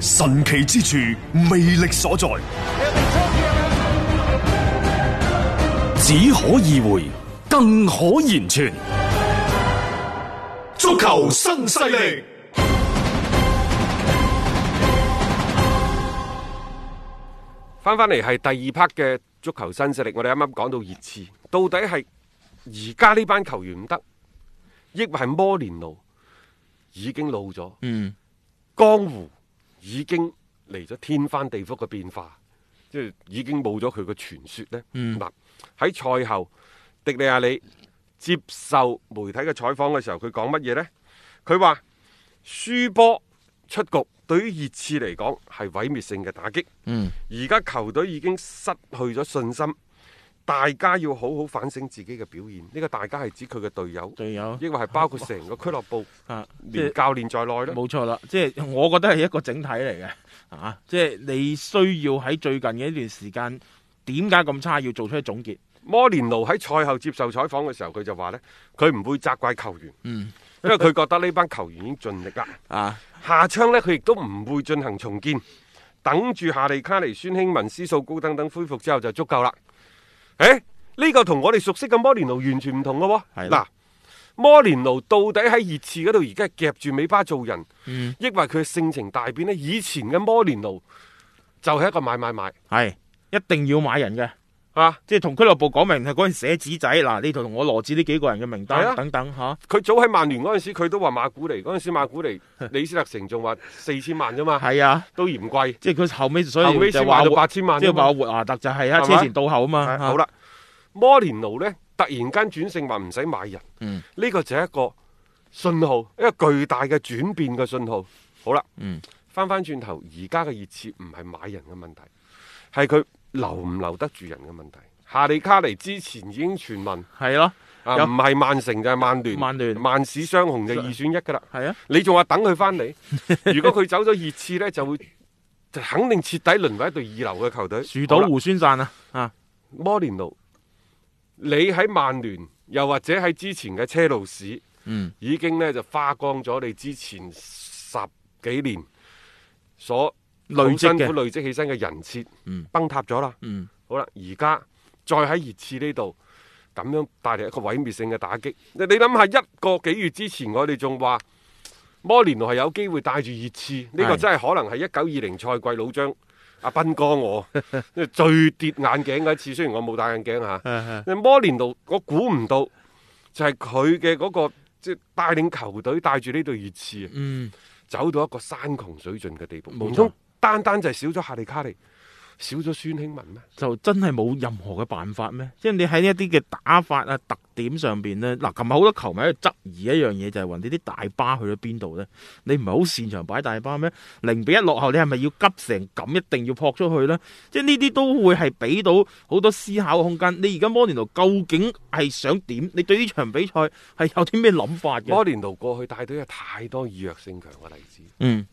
神奇之處，魅力所在，只可意會，更可言傳。足球新勢力。翻翻嚟係第二 part 嘅足球新勢力，我哋啱啱講到熱刺，到底係而家呢班球員唔得，抑或係摩連奴已經老咗？嗯，江湖已經嚟咗天翻地覆嘅變化，即係已經冇咗佢嘅傳說呢。嗱喺賽後，迪利亞里接受媒體嘅採訪嘅時候，佢講乜嘢呢？佢話輸波出局對於熱刺嚟講係毀滅性嘅打擊。而家球隊已經失去咗信心，大家要好好反省自己嘅表現。呢、個大家係指佢嘅隊友，隊友亦或係包括成個俱樂部、啊，即連係教練在內咧。冇錯啦，即係我覺得係一個整體嚟嘅啊，即係你需要喺最近嘅一段時間，點解咁差要做出一總結？摩連奴喺賽後接受採訪嘅時候，佢就話呢佢唔會責怪球員，因為佢覺得呢班球員已經盡力啦。嗯 啊，下窗呢，佢亦都唔會進行重建，等住夏利卡尼、孫興文、斯素高等等恢復之後就足夠啦。誒，呢、個同我哋熟悉嘅摩連奴完全唔同嘅喎。係嗱啦，摩連奴到底喺熱刺嗰度而家係夾住尾巴做人，嗯抑或佢性情大變呢？以前嘅摩連奴就係一個買買買係一定要買人嘅。啊！即係同俱樂部講明係嗰陣寫紙仔，嗱呢度同我羅致呢幾個人嘅名單、係啊等等吓，佢早喺曼聯嗰陣時，佢都話馬古尼嗰陣時，馬古 尼李斯特城仲話四千萬啫嘛，係啊，都嫌貴。即係佢後尾所後以尾就先話賣到八千萬即啫係嘛。話活牙特就係啊，係咪車前到後啊嘛，係嚇好，啦，摩連奴呢突然間轉性話唔使買人，嗯呢、個就係一個信號，一個巨大嘅轉變嘅信號。好啦，嗯翻翻轉頭，而家嘅熱刺唔係買人嘅問題，係佢留唔留得住人嘅問題。夏利卡尼之前已經傳聞係咯，啊，有唔係曼城就係曼聯，曼聯曼市雙雄就二選一㗎啦。係啊，你仲話等佢翻嚟？ 如果佢走咗熱刺呢，就會就肯定徹底淪為一隊二流嘅球隊。樹好倒啦猢猻散啊，啊摩連奴，你喺曼聯又或者喺之前嘅車路士，嗯已經呢就花光咗你之前十幾年所累好積辛苦嘅嗯累積起身嘅人設，崩塌咗啦。好啦，而家再喺熱刺呢度咁樣帶嚟一個毀滅性嘅打擊。你你諗下一個幾月之前，我哋仲話摩連奴係有機會帶住熱刺，呢、個係真係可能係一九二零賽季老張阿斌哥 我最跌眼鏡嘅一次。雖然我冇戴眼鏡 啊嚇，你摩連奴我估唔到就係佢嘅嗰個即係帶領球隊帶住呢隊熱刺啊。嗯，走到一個山窮水盡嘅地步，冇錯唔通單單就係少咗夏利卡尼，少咗孫興文咩？就真係冇任何嘅辦法咩？即係你喺一啲嘅打法啊、特點上邊呢，嗱，琴日好多球迷喺度質疑一樣嘢，就係話你啲大巴去咗邊度呢？你唔係好擅長擺大巴咩？零比一落後，你係咪要急成咁，一定要撲出去呢？即係呢啲都會係俾到好多思考嘅空間。你而家摩連奴究竟係想點？你對呢場比賽係有啲咩諗法嘅？摩連奴過去帶隊有太多以弱勝強嘅例子，嗯，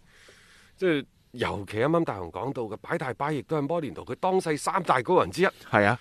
即係尤其啱啱大雄講到嘅擺大巴，亦都係摩連奴佢當世三大高人之一。係啊，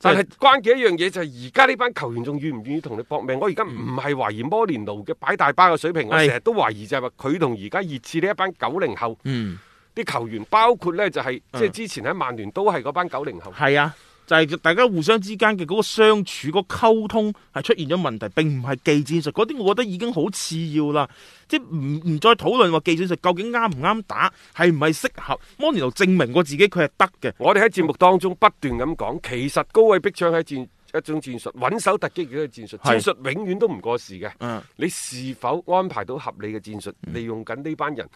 但係關鍵一樣嘢就係而家呢班球員仲願唔願意同你搏命？我而家唔係懷疑摩連奴嘅擺大巴嘅水平，我係成日都懷疑就係話佢同而家熱刺呢一班九零後嗯，啲球員，包括呢就係即係嗯之前喺曼聯都係嗰班九零後。係啊，就係大家互相之間嘅嗰個相處、嗰、個溝通係出現咗問題，並唔係技戰術嗰啲，我覺得已經好次要啦。即係唔唔再討論話技戰術究竟啱唔啱打，係唔係適合。摩連奴證明過自己佢係得嘅。我哋喺節目當中不斷咁講，其實高位逼搶係戰一種戰術，穩守突擊嘅戰術，戰係術永遠都唔過時嘅。嗯你是否安排到合理嘅戰術，利用緊呢班人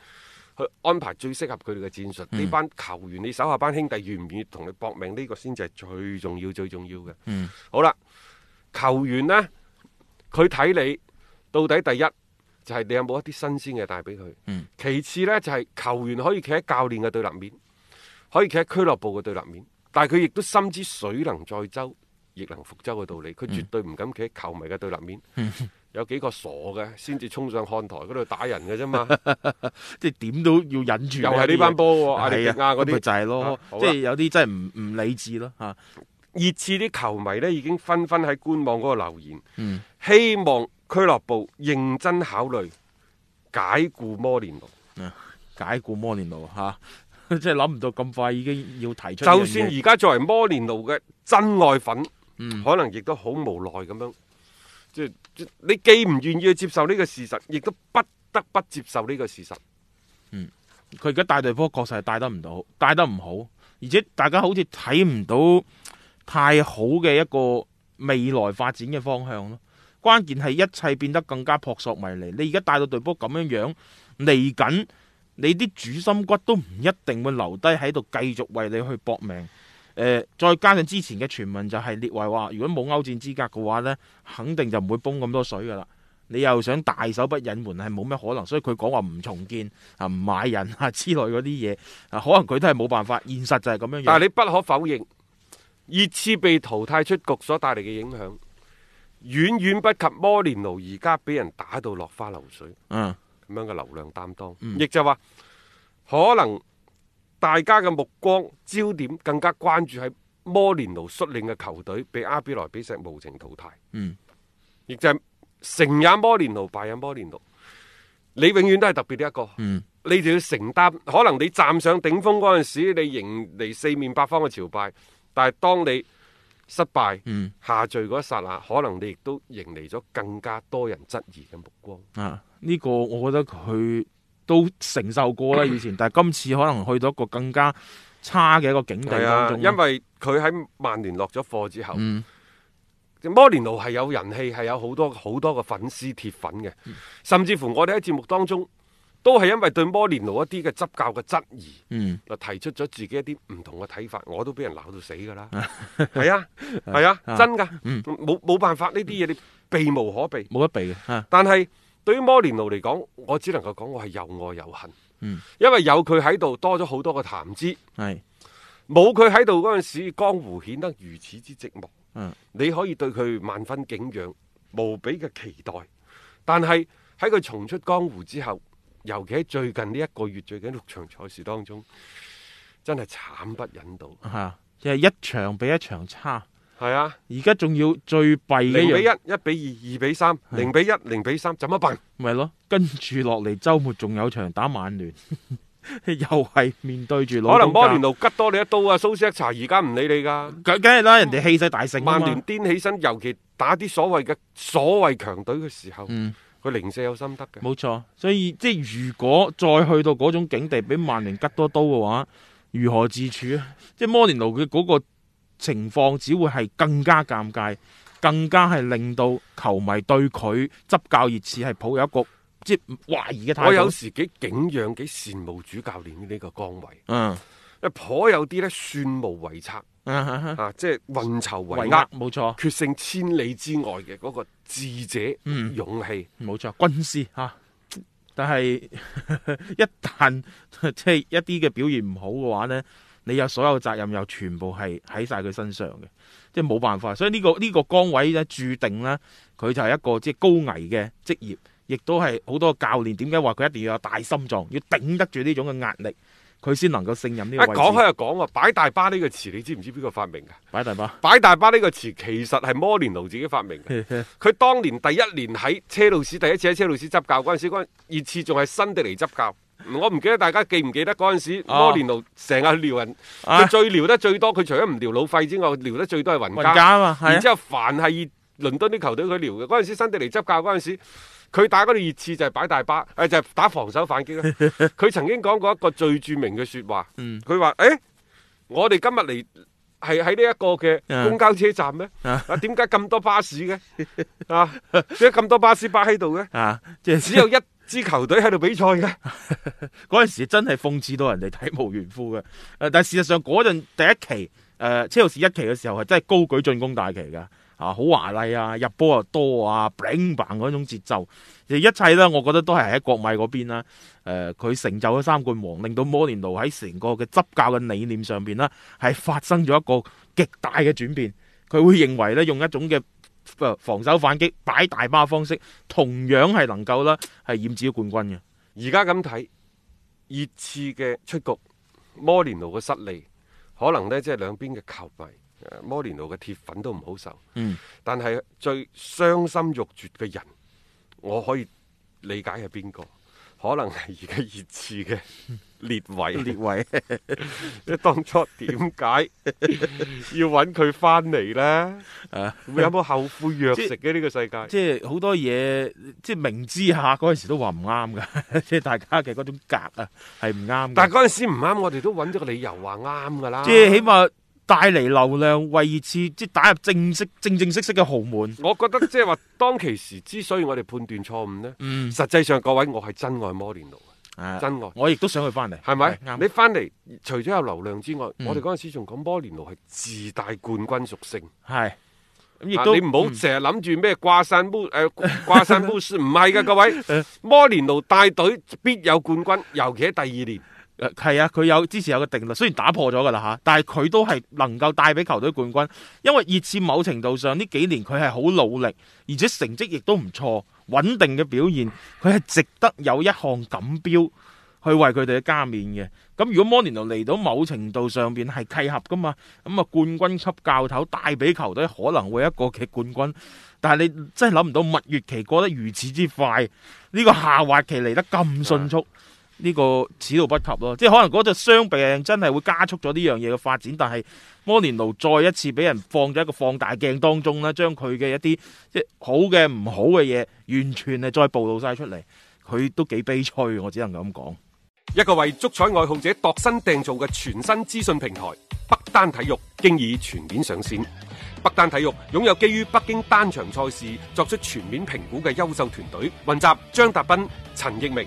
去安排最適合佢哋嘅戰術？嗯呢、班球員，你手下班兄弟願唔願意同你搏命？呢、個先至係最重要、最重要嘅。嗯好啦，球員呢，佢睇你到底第一就係、你有冇一啲新鮮嘅帶俾佢，嗯其次呢，就係、球員可以企喺教練嘅對立面，可以企喺俱樂部嘅對立面，但係佢亦都深知水能載舟。亦能覆舟嘅道理，佢絕對唔敢企喺球迷嘅對立面。有幾個傻嘅先至衝上看台嗰度打人嘅啫 嘛，即係點都要忍住。又係呢班波喎，阿利迪係亞啊，嗰咁咪啲。就係咯啊，好啦即係有啲真係唔唔理智咯嚇。 熱刺啲球迷呢已經紛紛喺觀望嗰個留言，嗯希望俱樂部認真考慮解雇摩連奴。解雇摩連奴嚇、即係諗唔到咁快已經要提出呢樣嘢。就算而家作為摩連奴嘅真愛粉，嗯可能亦都好無奈咁樣，即係即你既唔願意去接受呢個事實，亦都不得不接受呢個事實。佢而家帶隊波確實係帶得唔到，帶得唔好，而且大家好似睇唔到太好嘅一個未來發展嘅方向咯。關鍵係一切變得更加撲朔迷離。你而家帶到隊波咁樣樣嚟緊，你啲主心骨都唔一定會留低喺度繼續為你去搏命。誒、再加上之前嘅傳聞就係列維話，如果冇歐戰資格嘅話呢，肯定就唔會崩咁多水噶啦。你又想大手筆引援係冇咩可能，所以佢講話唔重建啊、唔買人啊之類嗰啲嘢啊，可能佢都係冇辦法，現實就係咁樣樣。但係你不可否認，熱刺被淘汰出局所帶嚟嘅影響，遠遠不及摩連奴而家俾人打到落花流水嗯咁樣嘅流量擔當，嗯亦、就話可能大家嘅目光焦點更加關注喺摩連奴率領嘅球隊被阿比萊比錫無情淘汰。嗯，亦就係成也摩連奴，敗也摩連奴。你永遠都係特別呢一個，嗯你就要承擔。可能你站上頂峰嗰陣時，你迎嚟四面八方嘅朝拜，但係當你失敗、嗯下墜嗰一剎那，可能你亦都迎嚟咗更加多人質疑嘅目光。啊，呢、個我覺得佢都承受過 啦，以前，但係今次可能去到一個更加差嘅一個境地係當啊，中咯。因為佢喺曼聯落咗課之後，嗯摩連奴係有人氣，係有好多好多嘅粉絲鐵粉嘅，嗯甚至乎我哋喺節目當中都係因為對摩連奴一啲嘅執教嘅質疑。嗯嗱提出咗自己一啲唔同嘅睇法，我都俾人鬧到死㗎 啦。係啊，係啊啊，真㗎，嗯冇冇辦法呢啲嘢你避無可避。冇得避嘅啊嚇。但係對於摩連奴嚟講，我只能夠講我係又愛又恨，嗯因為有佢喺度多咗好多嘅談資，係冇佢喺度嗰陣時，江湖顯得如此之寂寞。嗯你可以對佢萬分敬仰，無比嘅期待，但係喺佢重出江湖之後，尤其喺最近呢一個月最近六場賽事當中，真係慘不忍睹。嚇，啊即係一場比一場差。係啊，而家仲要最弊嘅零比一樣，一、一比二、二比三、零比一、零比三，怎麼辦？咪咯，跟住落嚟周末仲有場打曼聯， 又係面對住老可能摩連奴，奴吉多你一刀啊！蘇斯克查而家唔理你㗎。梗梗係啦，人哋氣勢大勝啊曼嘛聯癲起身，尤其打啲所謂嘅所謂強隊嘅時候，嗯佢零舍有心得嘅。冇錯，所以即係如果再去到嗰種境地，俾曼聯吉多刀嘅話，如何自處啊？即係摩連奴嘅嗰個情況，只會係更加尷尬，更加係令到球迷對佢執教熱刺係抱有一個即係懷疑嘅態度。我有時幾敬仰、幾羨慕主教練呢個崗位，嗯因為頗有啲咧算無為策嗯哼哼啊，即係運籌帷維幄厄，冇錯，決勝千里之外嘅嗰個智者嗯勇氣。冇錯，軍師吓。但係 一旦 即係一啲嘅表現唔好嘅話呢，你有所有責任又全部係喺晒佢身上嘅，即係冇辦法。所以呢、個呢、個崗位咧，注定咧佢就係一個即係高危嘅職業，亦都係好多教練點解話佢一定要有大心臟，要頂得住呢種嘅壓力，佢先能夠勝任呢一個位置。啊講開又講喎，擺大巴呢個詞你知唔知邊個發明㗎？擺大巴，擺大巴呢個詞其實係摩連奴自己發明嘅。 佢當年第一年喺車路士第一次喺車路士執教嗰陣時，嗰陣熱刺仲係新地嚟執教，我唔記得大家記唔記得嗰陣時，哦摩連奴成日撩人，啊佢最撩得最多，佢除咗唔撩老費之外，撩得最多係雲雲加啊嘛係啊然之後凡係倫敦啲球隊佢撩嘅，嗰陣時新迪尼執教嗰陣時，佢打嗰啲熱刺就係擺大 巴，誒、就係、打防守反擊啦。佢曾經講過一個最著名嘅説話，佢話：誒、我哋今日嚟。係喺呢一個嘅嗯公交車站咩？啊啊，點解咁多巴士嘅？啊，點解咁多巴士擺喺度嘅？啊，即係只有一支球隊喺度比賽嘅。嗰陣時真係諷刺到人哋體無完膚嘅。 誒，但係事實上嗰陣第一期誒、呃車路士一期嘅時候係真係高舉進攻大旗㗎，啊好華麗啊，入波又多啊，bling bang 嗰種節奏，其實一切咧，我覺得都係喺國米嗰邊啦。誒、呃佢成就咗三冠王，令到摩連奴喺成個嘅執教嘅理念上邊啦，係發生咗一個極大嘅轉變。佢會認為咧，用一種嘅呃防守反擊擺大巴方式，同樣係能夠啦係染指冠軍嘅。而家咁睇，熱刺嘅出局，摩連奴嘅失利，可能呢即係兩邊嘅球迷、呃摩連奴嘅鐵粉都唔好受。嗯，但係最傷心欲絕嘅人，我可以理解係邊個？可能係而家熱刺 嘅列維。列位。 即係當初點解 要揾佢翻嚟呢？啊會有冇後悔藥食嘅呢個世界？即係好多嘢，即係明知下嗰陣時都話唔啱噶， 即係大家嘅嗰種格啊係唔啱但係。嘅嗰陣時唔啱，我哋都揾咗個理由話啱㗎啦。即係起碼帶嚟流量，為熱刺即係打入正式正正式式嘅豪門。我覺得即係話當其時之所以我哋判斷錯誤呢，嗯，實際上各位我係真愛摩連奴，啊真愛我亦都想佢翻嚟，係咪？啱你翻嚟除咗有流量之外，嗯我哋嗰陣時仲講摩連奴係自帶冠軍屬性。係咁亦啊都你唔好嗯成日諗住咩掛山 烏誒掛山烏絲，唔係㗎各位。摩連奴帶隊必有冠軍，尤其喺第二年。誒係啊，佢有之前有個定律，雖然打破咗㗎啦嚇，但係佢都係能夠帶俾球隊冠軍，因為熱刺某程度上呢幾年佢係好努力，而且成績亦都唔錯，穩定嘅表現，佢係值得有一項錦標去為佢哋嘅加冕嘅。咁如果摩連奴嚟到某程度上邊係契合㗎嘛，咁啊冠軍級教頭帶俾球隊可能會一個嘅冠軍，但係你真係諗唔到蜜月期過得如此之快，呢、個下滑期嚟得咁迅速。呢個此路不及咯，即係可能嗰隻傷病真係會加速咗呢樣嘢嘅發展，但係摩連奴再一次俾人放咗一個放大鏡當中啦，將佢嘅一啲即係好嘅、唔好嘅嘢，完全係再暴露晒出嚟，佢都幾悲催，我只能夠咁講。一個為足彩愛好者度身訂造嘅全新資訊平台北單體育，經已全面上線。北單體育擁有基於北京單場賽事作出全面評估嘅優秀團隊，雲集張達斌、陳奕明、